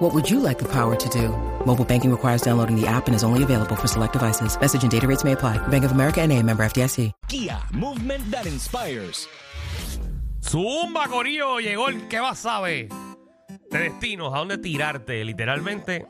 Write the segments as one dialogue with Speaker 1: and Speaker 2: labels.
Speaker 1: What would you like the power to do? Mobile banking requires downloading the app and is only available for select devices. Message and data rates may apply. Bank of America and a member FDIC.
Speaker 2: Kia, movement that inspires.
Speaker 3: Zumba, Corillo, llegó el que más sabe de destinos, a dónde tirarte, literalmente.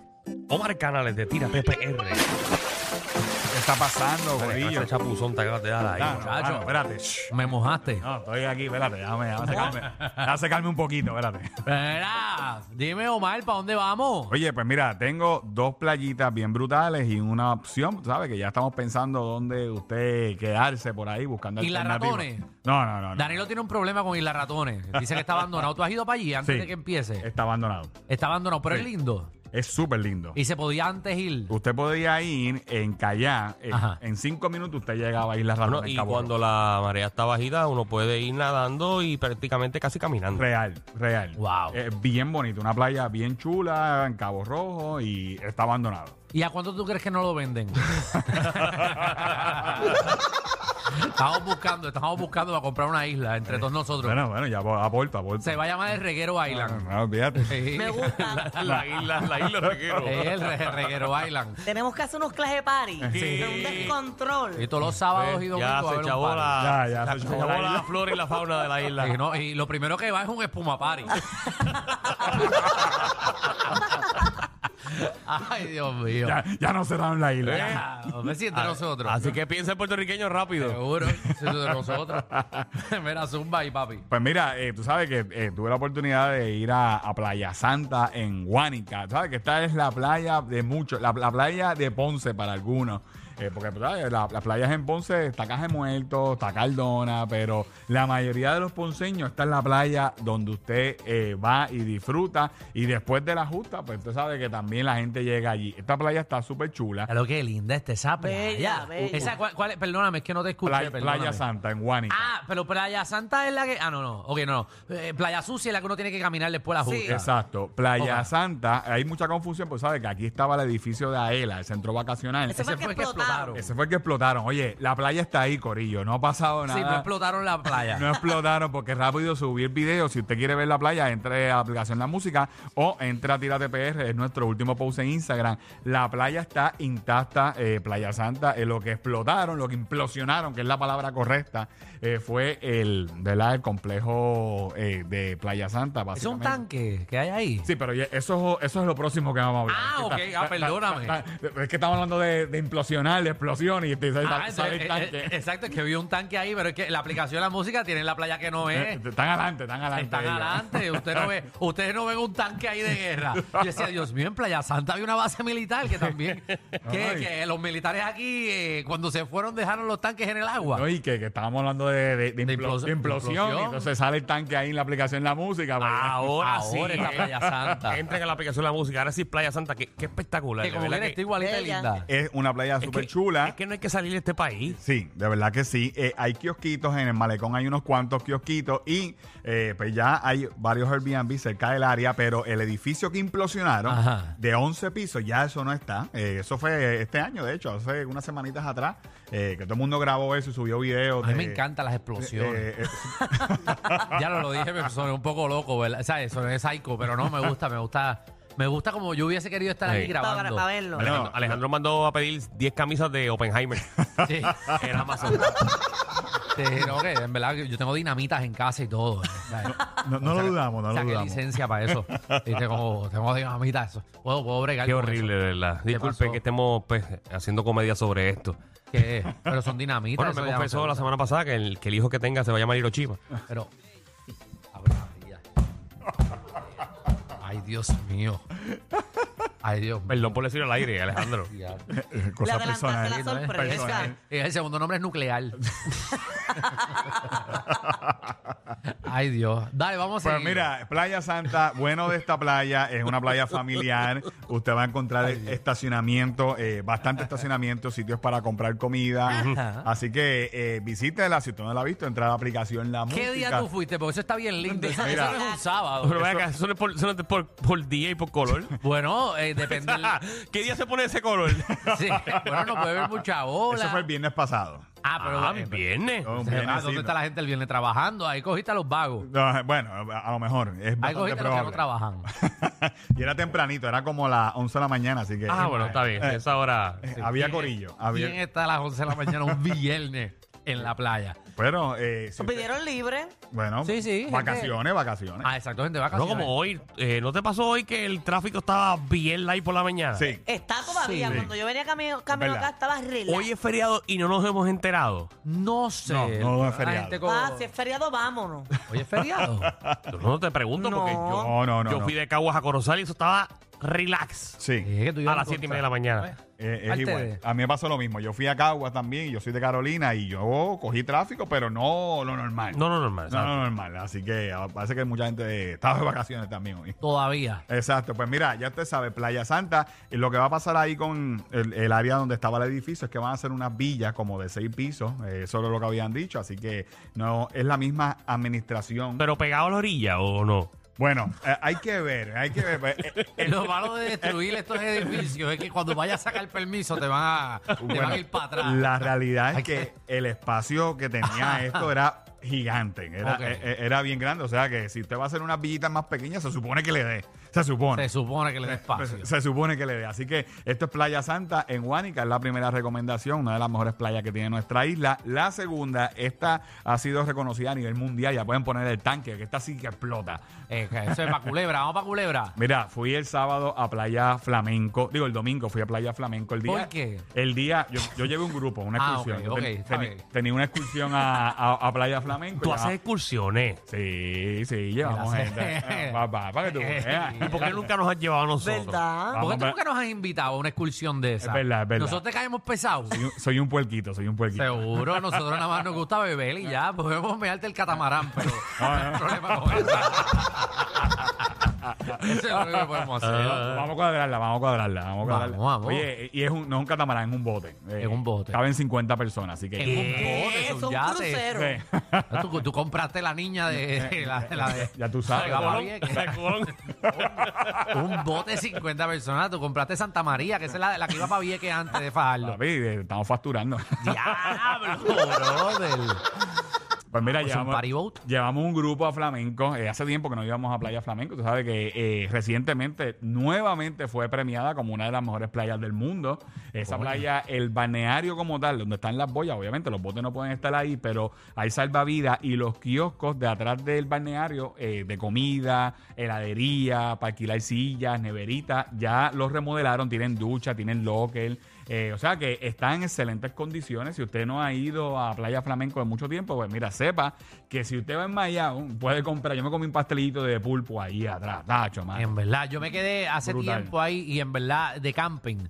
Speaker 3: Omar Canales de Tira PPR.
Speaker 4: ¿Qué está pasando, Corillo?
Speaker 3: Ese chapuzón te acabas de dar ahí,
Speaker 4: Ah, no, ah,
Speaker 3: muchacho.
Speaker 4: no, espérate. shh.
Speaker 5: Me mojaste.
Speaker 4: No, estoy aquí, espérate. Déjame, déjame secarme. Déjame secarme un poquito, espérate.
Speaker 5: Espera, dime Omar, ¿para dónde vamos?
Speaker 4: Oye, pues mira, tengo dos playitas bien brutales y una opción, ¿sabes? Que ya estamos pensando dónde usted quedarse por ahí buscando
Speaker 5: ¿Isla
Speaker 4: alternativas.
Speaker 5: Ratones?
Speaker 4: No, no, no. no.
Speaker 5: Danilo tiene un problema con Isla Ratones. Dice que está abandonado. ¿Tú has ido para allí antes
Speaker 4: Sí. Eh,
Speaker 5: de que empiece?
Speaker 4: Está abandonado.
Speaker 5: Está abandonado, pero es lindo.
Speaker 4: Es súper lindo.
Speaker 5: Y se podía antes ir.
Speaker 4: Usted podía ir en Callá. En,
Speaker 5: Ajá.
Speaker 4: en cinco minutos usted llegaba a Isla Ratones.
Speaker 3: Bueno,
Speaker 4: en
Speaker 3: y
Speaker 4: Cabo
Speaker 3: cuando
Speaker 4: Rojo.
Speaker 3: la marea está bajita, uno puede ir nadando y prácticamente casi caminando.
Speaker 4: Real, real.
Speaker 5: Wow.
Speaker 4: Eh, bien bonito. Una playa bien chula en Cabo Rojo y está abandonado.
Speaker 5: ¿Y a cuánto tú crees que no lo venden? estamos buscando, estamos buscando para comprar una isla entre todos nosotros.
Speaker 4: Bueno, bueno, ya ap- aporta, aporta.
Speaker 5: se va a llamar el Reguero Island.
Speaker 4: No, olvídate.
Speaker 5: Me gusta.
Speaker 3: La isla, la isla reguero.
Speaker 5: el Re- Reguero Island.
Speaker 6: Tenemos que hacer unos clase party. de Un
Speaker 5: Y
Speaker 6: descontrol.
Speaker 5: todos
Speaker 4: Eh,
Speaker 5: los sábados y domingos.
Speaker 3: ya
Speaker 5: va a haber
Speaker 3: se
Speaker 5: un
Speaker 3: chavó
Speaker 5: party.
Speaker 3: la,
Speaker 4: Ya, ya
Speaker 3: la-
Speaker 4: se
Speaker 3: se
Speaker 4: chavó
Speaker 3: chavó
Speaker 4: la
Speaker 3: la
Speaker 4: isla.
Speaker 3: flora y la fauna de la isla.
Speaker 5: Y, no, y lo primero que va es un espumapari. Ay, Dios mío.
Speaker 4: Ya, ya no se dan la isla.
Speaker 5: Ya, hombre, si es
Speaker 4: Ah,
Speaker 5: de nosotros.
Speaker 3: Así que piensa el puertorriqueño rápido.
Speaker 5: Seguro, si es de nosotros. Mira, zumba y papi.
Speaker 4: Pues mira, eh, tú sabes que eh, tuve la oportunidad de ir a, a Playa Santa en Guánica. Tú sabes que esta es la playa de muchos, la, la playa de Ponce para algunos. Eh, porque tú sabes, la- las playas en Ponce está Caje Muerto, está Cardona, pero la mayoría de los ponceños está en la playa donde usted eh, va y disfruta. Y después de la justa, pues usted sabe que también la gente llega allí. Esta playa está súper chula.
Speaker 5: Claro que linda este esa playa.
Speaker 6: Bella, bella.
Speaker 5: Esa, ¿cuál, cuál es? Perdóname, es que no te escuché.
Speaker 4: Playa, Playa
Speaker 5: perdóname.
Speaker 4: Santa en Guánica.
Speaker 5: Ah, pero Playa Santa es la que. Ah, no, no. Ok, no, no. Eh, playa Sucia es la que uno tiene que caminar después de la
Speaker 6: Sí.
Speaker 5: justa.
Speaker 4: Exacto. Playa
Speaker 5: Ojalá.
Speaker 4: Santa, hay mucha confusión, pues sabe que aquí estaba el edificio de AELA, el centro vacacional.
Speaker 6: Ese fue el que explotaron.
Speaker 4: Ese fue el que explotaron. Oye, la playa está ahí, Corillo. No ha pasado nada.
Speaker 5: Sí, no explotaron la playa.
Speaker 4: No explotaron porque rápido subir video. Si usted quiere ver la playa, entre a la aplicación La Música o entre a Tírate PR. Es nuestro último post en Instagram. La playa está intacta, eh, Playa Santa. Eh, lo que explotaron, lo que implosionaron, que es la palabra correcta, eh, fue el, ¿verdad? el complejo eh, de Playa Santa.
Speaker 5: es un
Speaker 4: básicamente.
Speaker 5: tanque que hay ahí.
Speaker 4: Sí, pero ya- eso, es- eso es lo próximo que vamos a hablar. Es
Speaker 5: Ah,
Speaker 4: que
Speaker 5: ok. Ah, perdóname.
Speaker 4: es que estamos hablando de, de implosionar, de explosión y te-
Speaker 5: Ah,
Speaker 4: sale-
Speaker 5: entonces,
Speaker 4: sale el
Speaker 5: eh,
Speaker 4: tanque.
Speaker 5: eh, exacto, es que vi un tanque ahí, pero es que la aplicación de la música tiene la playa que no
Speaker 4: Eh,
Speaker 5: es.
Speaker 4: Están adelante, están adelante.
Speaker 5: Están
Speaker 4: ellos.
Speaker 5: adelante, usted no ve, ustedes no ven un tanque ahí de guerra. Yo decía, Dios mío, en Playa Santa había una base militar que también, que,
Speaker 4: Ay.
Speaker 5: que los militares aquí, eh, cuando se fueron, dejaron los tanques en el agua.
Speaker 4: No, y que, que estábamos hablando de, de- de
Speaker 5: De
Speaker 4: implo-
Speaker 5: implos-
Speaker 4: de implosión,
Speaker 5: implosión.
Speaker 4: y entonces sale el tanque ahí en la aplicación La Música. pues,
Speaker 3: Ahora,
Speaker 5: Ahora
Speaker 3: sí.
Speaker 5: está Playa Santa.
Speaker 3: Entren a la aplicación de la música. Ahora sí, Playa Santa. Qué, qué espectacular.
Speaker 5: que
Speaker 3: de
Speaker 5: como este-
Speaker 3: verdad
Speaker 5: quiera
Speaker 3: que-
Speaker 5: está igualita y
Speaker 6: Bella.
Speaker 5: linda.
Speaker 4: Es una playa
Speaker 3: es que-
Speaker 4: súper chula.
Speaker 3: Es que no hay que salir de este país.
Speaker 4: Sí, de verdad que sí. Eh, hay kiosquitos en el malecón, hay unos cuantos kiosquitos y eh, pues ya hay varios Airbnb cerca del área, pero el edificio que implosionaron
Speaker 5: Ajá.
Speaker 4: de 11 pisos, ya eso no está. Eh, eso fue este año, de hecho, hace unas semanitas atrás, eh, que todo el mundo grabó eso y subió videos.
Speaker 5: A mí
Speaker 4: de-
Speaker 5: me encantan las explosiones.
Speaker 4: eh, eh,
Speaker 5: Ya lo, lo dije, me soné un poco loco, ¿verdad? O sea, soné psycho, pero no, me gusta, me gusta. Me gusta como yo hubiese querido estar
Speaker 3: Sí.
Speaker 5: aquí
Speaker 6: Para,
Speaker 5: grabando.
Speaker 6: para verlo.
Speaker 4: Bueno,
Speaker 3: Alejandro, Alejandro mandó a pedir 10 camisas de Oppenheimer
Speaker 5: Sí.
Speaker 3: en Amazon.
Speaker 5: Sí, no, que en verdad yo tengo dinamitas en casa y todo.
Speaker 4: no, no lo dudamos, no lo
Speaker 5: Saqué
Speaker 4: dudamos.
Speaker 5: licencia para eso. Y tengo, tengo dinamitas. Puedo, puedo bregar
Speaker 3: Qué
Speaker 5: con
Speaker 3: horrible, de
Speaker 5: eso.
Speaker 3: verdad.
Speaker 5: ¿Qué
Speaker 3: Disculpen
Speaker 5: pasó?
Speaker 3: que estemos pues, haciendo comedia sobre esto.
Speaker 5: Que- Pero son dinamitas.
Speaker 3: Bueno,
Speaker 5: eso
Speaker 3: me
Speaker 5: ya no se
Speaker 3: confesó la
Speaker 5: usa.
Speaker 3: semana pasada que el, que el hijo que tenga se va a llamar Hiroshima.
Speaker 5: Pero... Ave María. Ay, Dios mío. Ay, Dios mío.
Speaker 3: Perdón por decirlo al aire, Alejandro.
Speaker 6: Le
Speaker 4: Eh, Cosa
Speaker 6: adelantaste
Speaker 4: personal.
Speaker 6: la
Speaker 5: ¿no? Eh,
Speaker 6: sorpresa.
Speaker 4: Personal.
Speaker 5: El segundo nombre es nuclear. Ay, Dios. Dale, vamos a
Speaker 4: Pues
Speaker 5: seguir.
Speaker 4: mira, Playa Santa, bueno de esta playa, es una playa familiar. Usted va a encontrar estacionamiento, eh, bastante estacionamiento, sitios para comprar comida.
Speaker 5: Ajá.
Speaker 4: Así que eh, visítela, si usted no la ha visto, entra a la aplicación La
Speaker 5: ¿Qué
Speaker 4: Música.
Speaker 5: día tú fuiste? Porque eso está bien lindo. Eso,
Speaker 4: Mira.
Speaker 5: eso no es un sábado.
Speaker 3: Pero ven acá, eso no es por, eso no es por, por día y por color.
Speaker 5: Bueno, eh, depende. del-
Speaker 3: ¿Qué día se pone ese color?
Speaker 5: sí. Bueno, no puede ver mucha
Speaker 4: Eso fue el
Speaker 5: ola.
Speaker 4: viernes pasado.
Speaker 5: Ah, pero.
Speaker 3: Ah,
Speaker 5: eh,
Speaker 3: viernes.
Speaker 4: Fue un
Speaker 5: se- ah, ¿Dónde
Speaker 4: viernesito.
Speaker 5: está la gente el viernes trabajando? Ahí cogiste a los vagos.
Speaker 4: No, bueno, a a lo mejor. Es bastante
Speaker 5: Ahí cogiste a los que no
Speaker 4: probable.
Speaker 5: trabajan.
Speaker 4: y era tempranito, era como las 11 de la mañana, así que.
Speaker 3: Ah, bueno, está bien.
Speaker 4: Eh,
Speaker 3: Esa hora.
Speaker 4: eh, había corillo. había-
Speaker 5: ¿Quién está a las 11 de la mañana un viernes en la playa?
Speaker 4: Pero, eh, si
Speaker 6: Lo
Speaker 4: usted-
Speaker 6: pidieron libre.
Speaker 4: bueno,
Speaker 5: Sí, sí, gente.
Speaker 4: vacaciones, vacaciones.
Speaker 5: Ah, exacto, gente,
Speaker 3: No,
Speaker 5: vacaciones.
Speaker 3: como hoy. eh, ¿No te pasó hoy que el tráfico estaba bien light por la mañana?
Speaker 4: Sí.
Speaker 6: Está todavía.
Speaker 4: Sí.
Speaker 6: Cuando yo venía camino, camino
Speaker 4: verdad.
Speaker 6: acá estaba relajado.
Speaker 3: Hoy es feriado y no nos hemos enterado.
Speaker 5: No sé.
Speaker 4: No, no, es
Speaker 5: La
Speaker 4: feriado.
Speaker 5: gente como-
Speaker 6: Ah, si es feriado, vámonos.
Speaker 5: Hoy es feriado.
Speaker 3: Yo No te pregunto porque
Speaker 6: No.
Speaker 3: yo,
Speaker 4: No, no, no.
Speaker 3: yo
Speaker 4: no.
Speaker 3: fui de Caguas a Corozal y eso estaba relax.
Speaker 4: Sí.
Speaker 5: Sí, es que tú y yo
Speaker 3: A
Speaker 5: no
Speaker 3: las siete y media de la
Speaker 5: encontramos.
Speaker 3: mañana.
Speaker 5: Eh,
Speaker 4: Eh, es
Speaker 5: Parte
Speaker 4: igual.
Speaker 5: de-
Speaker 4: A mí me pasó lo mismo. Yo fui a Caguas también, yo soy de Carolina y yo cogí tráfico, pero no lo normal.
Speaker 3: No, no, normal.
Speaker 4: No,
Speaker 3: ¿sabes?
Speaker 4: no normal. Así que ah, parece que mucha gente estaba de vacaciones también hoy.
Speaker 5: Todavía.
Speaker 4: Exacto, pues mira, ya usted sabe, Playa Santa, y lo que va a pasar ahí con el, el área donde estaba el edificio es que van a hacer unas villas como de seis pisos, eh, eso es lo que habían dicho, así que no es la misma administración.
Speaker 3: Pero pegado a la orilla o no.
Speaker 4: bueno, eh, hay que ver, hay que ver. eh, eh, eh,
Speaker 5: Lo malo de destruir estos edificios es que cuando vayas a sacar permiso te van a, te van
Speaker 4: bueno,
Speaker 5: a ir para atrás.
Speaker 4: La realidad
Speaker 5: Hay
Speaker 4: es que el espacio que tenía esto era gigante, era,
Speaker 5: Ok.
Speaker 4: eh, eh, era bien grande, o sea que si usted va a hacer unas villitas más pequeñas, se supone que le dé, se supone.
Speaker 5: Se supone que le da espacio.
Speaker 4: Pues, se supone que le dé. Así que esto es Playa Santa en Huánica, es la primera recomendación, una de las mejores playas que tiene nuestra isla. La segunda, esta ha sido reconocida a nivel mundial, ya pueden poner el tanque, que esta sí que explota.
Speaker 5: Eh, que eso es para culebra, vamos para culebra.
Speaker 4: Mira, fui el sábado a Playa Flamenco, digo el domingo fui a Playa Flamenco. El día,
Speaker 5: ¿Por qué?
Speaker 4: El día, yo, yo llevé un grupo, una
Speaker 5: Ah,
Speaker 4: excursión.
Speaker 5: ok,
Speaker 4: Yo
Speaker 5: ok,
Speaker 4: ten-
Speaker 5: está
Speaker 4: teni-
Speaker 5: bien.
Speaker 4: tenía una excursión a, a- a Playa Flamenco.
Speaker 3: Tú
Speaker 4: Ya-
Speaker 3: haces excursiones.
Speaker 4: Sí, sí, llevamos
Speaker 5: Mira,
Speaker 4: gente. Ah,
Speaker 5: sí.
Speaker 4: Papá, para que tú veas.
Speaker 3: ¿Y por qué nunca nos has llevado a nosotros?
Speaker 6: ¿Verdad?
Speaker 4: Vamos,
Speaker 5: ¿Por qué Ah, tú
Speaker 4: pero-
Speaker 5: nunca nos has invitado a una excursión de esa?
Speaker 4: Es verdad, es verdad.
Speaker 5: Nosotros te caemos pesados.
Speaker 4: Soy un- Soy un puerquito, soy un puerquito.
Speaker 5: Seguro, a nosotros nada más nos gusta beber y ya, podemos mearte el catamarán, pero no
Speaker 4: Ah,
Speaker 5: hay problema con eso. Eso es lo único que podemos hacer.
Speaker 4: Vamos a cuadrarla, vamos a cuadrarla, vamos a cuadrarla.
Speaker 5: Vamos, vamos.
Speaker 4: Oye, y es un, no es un catamarán, es un bote. Eh,
Speaker 5: Es un bote.
Speaker 4: Caben 50 personas, así que.
Speaker 5: En un bote, eso
Speaker 6: ¿Qué?
Speaker 5: es
Speaker 6: Es
Speaker 5: un
Speaker 6: un
Speaker 5: yate.
Speaker 6: crucero.
Speaker 4: Eh,
Speaker 5: Tú, tú compraste la niña de, de la, de la de-
Speaker 4: Ya tú sabes.
Speaker 5: de la
Speaker 4: Colón.
Speaker 5: Mavieques. Un bote de 50 personas. Tú compraste Santa María, que esa es la, la que iba para Vieques antes de fajarlo.
Speaker 4: Papi, eh, estamos facturando.
Speaker 5: ¡Diablo, brother!
Speaker 4: Pues mira,
Speaker 5: Pues un
Speaker 4: llevamos,
Speaker 5: party boat.
Speaker 4: llevamos un grupo a flamenco. eh, hace tiempo que no íbamos a Playa Flamenco. Tú sabes que eh, recientemente, nuevamente fue premiada como una de las mejores playas del mundo. Esa playa, el balneario como tal, donde están las boyas, obviamente los botes no pueden estar ahí, pero hay salvavidas y los kioscos de atrás del balneario eh, de comida, heladería, para alquilar sillas, neveritas, ya los remodelaron, tienen ducha, tienen locker. Eh, o sea que está en excelentes condiciones. Si usted no ha ido a Playa Flamenco en mucho tiempo, pues mira, sepa que si usted va en Miami, puede comprar. Yo me comí un pastelito de pulpo ahí atrás, tacho, man.
Speaker 5: En verdad, yo me quedé hace
Speaker 4: Brutal.
Speaker 5: tiempo ahí y en verdad de camping.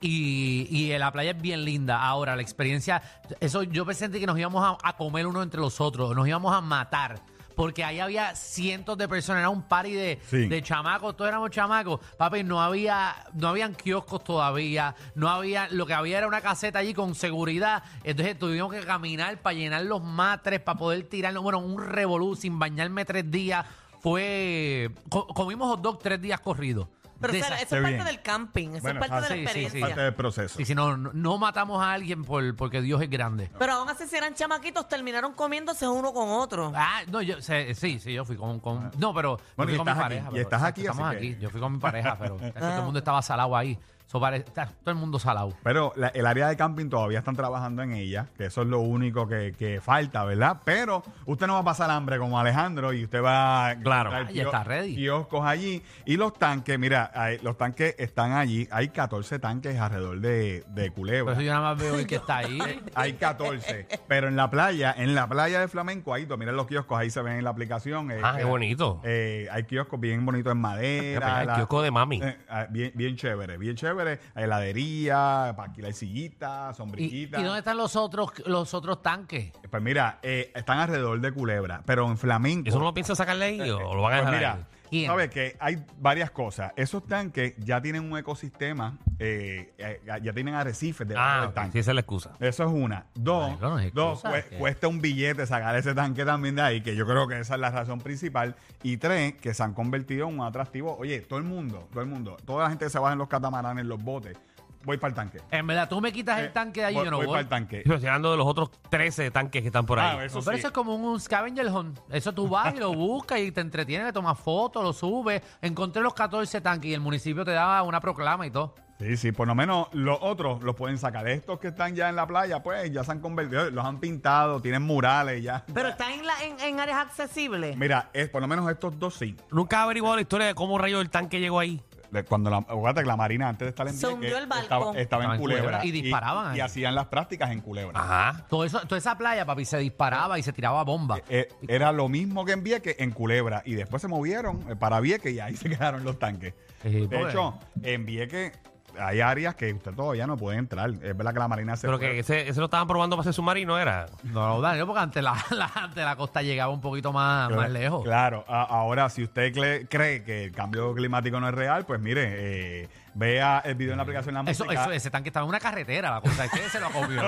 Speaker 5: Y, y eh, la playa es bien linda. Ahora, la experiencia, eso yo sentí que nos íbamos a, a comer uno entre los otros, nos íbamos a matar. Porque ahí había cientos de personas, era un party de,
Speaker 4: Sí.
Speaker 5: de chamacos, todos éramos chamacos. Papi, no había, no habían kioscos todavía, no había, lo que había era una caseta allí con seguridad. Entonces tuvimos que caminar para llenar los matres, para poder tirarlo. Bueno, un revolú sin bañarme tres días. Fue. co- comimos hot dog tres días corridos.
Speaker 6: Pero o sea,
Speaker 5: Desastre.
Speaker 6: eso es parte
Speaker 4: bien.
Speaker 6: del camping, eso
Speaker 4: Bueno,
Speaker 6: es parte
Speaker 4: ah,
Speaker 6: de la
Speaker 5: sí, sí, sí.
Speaker 6: experiencia.
Speaker 4: Parte del proceso.
Speaker 5: Sí, sí, no, no- no matamos a alguien por, porque Dios es grande.
Speaker 6: Pero aún así, si eran chamaquitos, terminaron comiéndose uno con otro.
Speaker 5: Ah, no, yo sé- sí, sí, yo fui con, con- no, pero yo
Speaker 4: Bueno,
Speaker 5: fui
Speaker 4: y
Speaker 5: con
Speaker 4: estás
Speaker 5: mi
Speaker 4: aquí,
Speaker 5: pareja.
Speaker 4: y
Speaker 5: pero-
Speaker 4: estás aquí,
Speaker 5: exacto,
Speaker 4: así
Speaker 5: estamos
Speaker 4: que-
Speaker 5: aquí. Yo fui con mi pareja, pero tacho, todo el mundo estaba salado ahí. Eso pare- está- todo el mundo salado.
Speaker 4: Pero la- el área de camping todavía están trabajando en ella, que eso es lo único que, que falta, ¿verdad? Pero usted no va a pasar hambre como Alejandro y usted va a
Speaker 3: Claro.
Speaker 4: comprar
Speaker 5: Ah, ya está ready.
Speaker 4: kioscos allí. Y los tanques, mira, hay- los tanques están allí. Hay 14 tanques alrededor de, de
Speaker 5: Por
Speaker 4: Culebra.
Speaker 5: eso yo nada más veo el que está ahí.
Speaker 4: Hay 14. pero en la playa, en la playa de Flamenco, ahí, tú, miren los kioscos, ahí se ven en la aplicación. eh,
Speaker 3: Ah, qué
Speaker 4: eh,
Speaker 3: bonito.
Speaker 4: eh, hay kioscos bien bonitos en
Speaker 3: Qué pena,
Speaker 4: madera.
Speaker 3: el
Speaker 4: la-
Speaker 3: kiosco de mami.
Speaker 4: eh, ah, Eh, bien, bien chévere, bien chévere. chévere. Heladería, para alquilar sillitas,
Speaker 5: ¿Y, y
Speaker 4: sombriquitas.
Speaker 5: dónde están los otros, los otros tanques?
Speaker 4: Pues mira, eh, están alrededor de Culebra, pero en Flamenco.
Speaker 3: ¿Eso no lo piensa sacarle ahí o lo van a
Speaker 4: Pues
Speaker 3: dejar
Speaker 4: mira,
Speaker 3: ahí?
Speaker 5: ¿Quién?
Speaker 4: sabes que hay varias cosas. Esos tanques ya tienen un ecosistema, eh, eh, ya tienen arrecifes debajo
Speaker 3: Ah,
Speaker 4: del
Speaker 3: ok,
Speaker 4: tanque.
Speaker 3: sí, esa es la excusa.
Speaker 4: Eso es una. Dos,
Speaker 5: Ay, no, no es
Speaker 4: dos
Speaker 5: excusa,
Speaker 4: cue-
Speaker 5: que-
Speaker 4: cuesta un billete sacar ese tanque también de ahí, que yo creo que esa es la razón principal. Y tres, que se han convertido en un atractivo. Oye, todo el mundo, todo el mundo, toda la gente que se baja en los catamaranes, en los botes, voy para el tanque.
Speaker 5: En verdad, tú me quitas Ah, el tanque de ahí,
Speaker 4: Eh, voy,
Speaker 5: yo no voy.
Speaker 4: para el tanque.
Speaker 3: Pero estoy hablando de los otros 13 tanques que están por ahí.
Speaker 4: Ah, eso
Speaker 5: No, pero
Speaker 4: sí.
Speaker 5: eso es como un, un scavenger hunt. Eso tú vas y lo buscas y te entretienes, le tomas fotos, lo subes. Encontré los 14 tanques y el municipio te daba una proclama y todo.
Speaker 4: Sí, sí, por lo menos los otros los pueden sacar. Estos que están ya en la playa, pues ya se han convertido, los han pintado, tienen murales ya.
Speaker 6: Pero está en, la, en, en áreas accesibles.
Speaker 4: Mira, es, por lo menos estos dos sí.
Speaker 3: Nunca he averiguado la historia de cómo rayos el tanque llegó ahí.
Speaker 4: De- Cuando la, acuérdate que la marina antes de estar en
Speaker 6: Se
Speaker 4: Vieques,
Speaker 6: hundió el barco.
Speaker 4: Estaba, estaba en culebra.
Speaker 5: Y disparaban
Speaker 4: Y,
Speaker 5: ahí.
Speaker 4: hacían las prácticas en culebra.
Speaker 3: Ajá.
Speaker 5: Todo eso, toda esa playa, papi, se disparaba y se tiraba bomba.
Speaker 4: Eh, era lo mismo que en Vieques, en Culebra. Y después se movieron eh, para Vieques y ahí se quedaron los tanques.
Speaker 5: Sí, pues.
Speaker 4: de
Speaker 5: porque-
Speaker 4: hecho, en Vieques hay áreas que usted todavía no puede entrar. Es verdad que la marina se
Speaker 3: Pero
Speaker 4: fue.
Speaker 3: que ese, ese lo estaban probando para ser submarino, era.
Speaker 5: No, Daniel, porque antes la, la- antes la costa llegaba un poquito más, más lejos.
Speaker 4: Claro, a- ahora si usted cle- cree que el cambio climático no es real, pues mire, eh, vea el video en la aplicación La
Speaker 5: Eso,
Speaker 4: Música.
Speaker 5: eso, ese tanque estaba en una carretera, la cosa. Este se lo comió.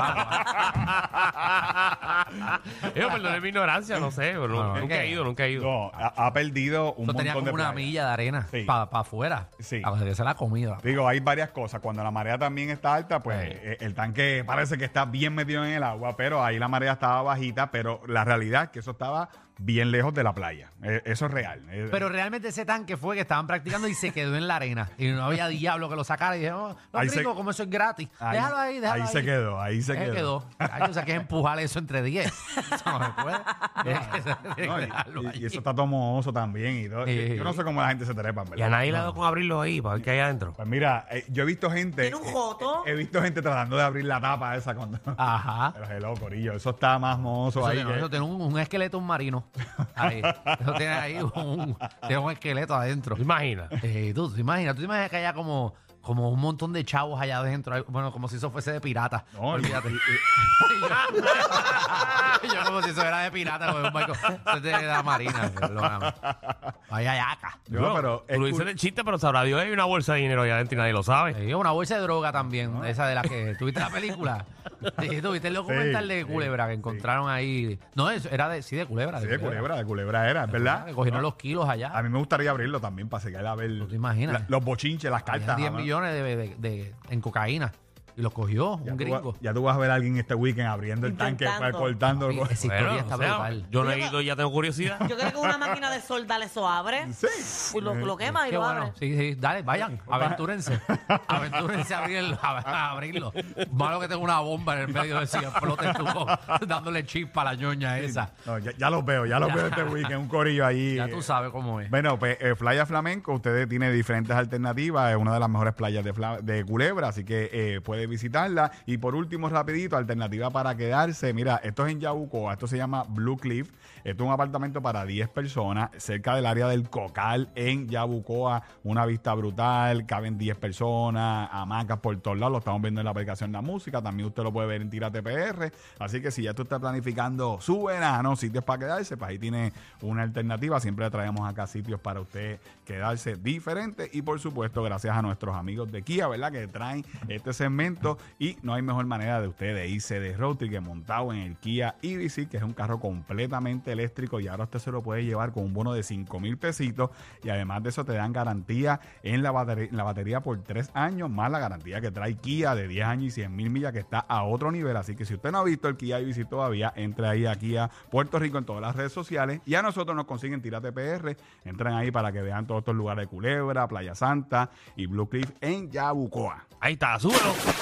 Speaker 3: Yo perdoné mi ignorancia, no sé. pero
Speaker 5: No,
Speaker 3: nunca
Speaker 5: ¿qué?
Speaker 3: he ido, nunca he ido.
Speaker 4: No, ha, ha perdido un
Speaker 5: Eso
Speaker 4: montón
Speaker 5: tenía como
Speaker 4: de
Speaker 5: una
Speaker 4: playas.
Speaker 5: milla de arena
Speaker 4: Sí.
Speaker 5: para afuera.
Speaker 4: Sí.
Speaker 5: La cosa que se la ha comido. la-
Speaker 4: Digo, hay varias cosas. Cuando la marea también está alta, pues
Speaker 5: Sí.
Speaker 4: eh, el tanque parece que está bien metido en el agua, pero ahí la marea estaba bajita, pero la realidad es que eso estaba bien lejos de la playa. Eh, eso es real. Eh,
Speaker 5: Pero realmente ese tanque fue que estaban practicando y se quedó en la arena. Y no había diablo que lo sacara. Y dije, oh, no,
Speaker 4: Ahí se-
Speaker 5: rico, como eso es gratis.
Speaker 4: ahí,
Speaker 5: déjalo ahí, déjalo ahí. Eh,
Speaker 4: Ahí se quedó, ahí se quedó.
Speaker 5: Ay, o sea, que es empujar eso entre 10. Eso no se puede.
Speaker 4: No, y- y, y eso está todo mohoso también. Y todo.
Speaker 5: Sí.
Speaker 4: Yo no sé cómo la gente se trepa, en
Speaker 3: Y
Speaker 4: ¿verdad?
Speaker 3: a nadie le ha dado con abrirlo ahí para ver qué hay adentro.
Speaker 4: Pues mira, eh, yo he visto gente.
Speaker 6: Tiene un joto.
Speaker 4: He, visto gente tratando de abrir la tapa esa cuando.
Speaker 5: Ajá.
Speaker 4: Pero hello, corillo. Eso está más mohoso
Speaker 5: Ah. Eso,
Speaker 4: ahí.
Speaker 5: tiene,
Speaker 4: que-
Speaker 5: eso tiene un, un esqueleto un marino. Ahí. Eso tiene ahí un, tiene un esqueleto adentro.
Speaker 3: Imagina.
Speaker 5: Eh, tú, tú imaginas, tú te imaginas que haya como, como un montón de chavos allá adentro. Ay, Bueno, como si eso fuese de pirata.
Speaker 4: No,
Speaker 5: Olvídate.
Speaker 4: y- y-
Speaker 5: Y yo como si eso era de pirata, porque un barco. Eso tiene que dar marina, perdóname. Vaya yaca.
Speaker 4: yo, pero
Speaker 3: Tú lo
Speaker 4: es
Speaker 3: dices de chiste, pero sabrá Dios, hay una bolsa de dinero ahí adentro y nadie lo sabe.
Speaker 5: Eh, una bolsa de droga también,
Speaker 4: Ah.
Speaker 5: esa de la que tuviste la película. Sí, tuviste el documental
Speaker 4: Sí,
Speaker 5: de
Speaker 4: sí,
Speaker 5: Culebra que encontraron ahí. No, eso era de, sí, de Culebra.
Speaker 4: Sí, de culebra, de culebra era, ¿verdad?
Speaker 5: Que Ah, cogieron
Speaker 4: No,
Speaker 5: los kilos allá.
Speaker 4: A mí me gustaría abrirlo también para seguir a ver.
Speaker 5: te imaginas?
Speaker 4: la- los bochinches, las
Speaker 5: Tenían
Speaker 4: cartas.
Speaker 5: 10
Speaker 4: jamás.
Speaker 5: millones de, de- de- en cocaína. Y los cogió
Speaker 4: Ya
Speaker 5: un
Speaker 4: tú
Speaker 5: gringo.
Speaker 4: vas- ya tú vas a ver a alguien este weekend abriendo el tanque,
Speaker 6: Intentando.
Speaker 4: cortando.
Speaker 5: Papi, esa historia
Speaker 3: Bueno,
Speaker 5: está
Speaker 3: o sea,
Speaker 5: brutal.
Speaker 3: yo no he ido y ya tengo curiosidad.
Speaker 6: Yo creo que una máquina de soldar eso abre.
Speaker 4: Sí.
Speaker 6: Y lo, lo quema y
Speaker 5: Qué
Speaker 6: lo
Speaker 5: bueno.
Speaker 6: abre.
Speaker 5: Sí, sí, dale, vayan, aventúrense. aventúrense a abrirlo. A, a abrirlo. Malo que tenga una bomba en el medio de si explote tu dándole chispa a la ñoña esa.
Speaker 4: No, ya, ya los veo, ya los veo este weekend, un corillo ahí.
Speaker 5: Ya tú sabes cómo es.
Speaker 4: Bueno, pues eh, Playa Flamenco, ustedes tienen diferentes alternativas, es una de las mejores playas de, Fla- de Culebra, así que eh, puede visitarla. Y por último, rapidito, alternativa para quedarse, mira, esto es en Yabucoa, esto se llama Blue Cliff, esto es un apartamento para 10 personas, cerca del área del Cocal, en Yabucoa, una vista brutal, caben 10 personas, hamacas por todos lados, lo estamos viendo en la aplicación La Música, también usted lo puede ver en Tira TPR, así que si ya tú estás planificando su verano, sitios para quedarse, pues ahí tiene una alternativa, siempre traemos acá sitios para usted quedarse diferente y por supuesto gracias a nuestros amigos de Kia, ¿verdad? Que traen este segmento y no hay mejor manera de usted de irse de road trip que montado en el Kia EV6, que es un carro completamente eléctrico y ahora usted se lo puede llevar con un bono de 5 mil pesitos y además de eso te dan garantía en la, batería, la batería por 3 años más la garantía que trae Kia de 10 años y 100 mil millas que está a otro nivel. Así que si usted no ha visto el Kia EV6 todavía, entre ahí a Kia Puerto Rico en todas las redes sociales y a nosotros nos consiguen Tírate PR. Entran ahí para que vean todos estos lugares de Culebra, Playa Santa y Blue Cliff en Yabucoa.
Speaker 3: Ahí está, súbelo.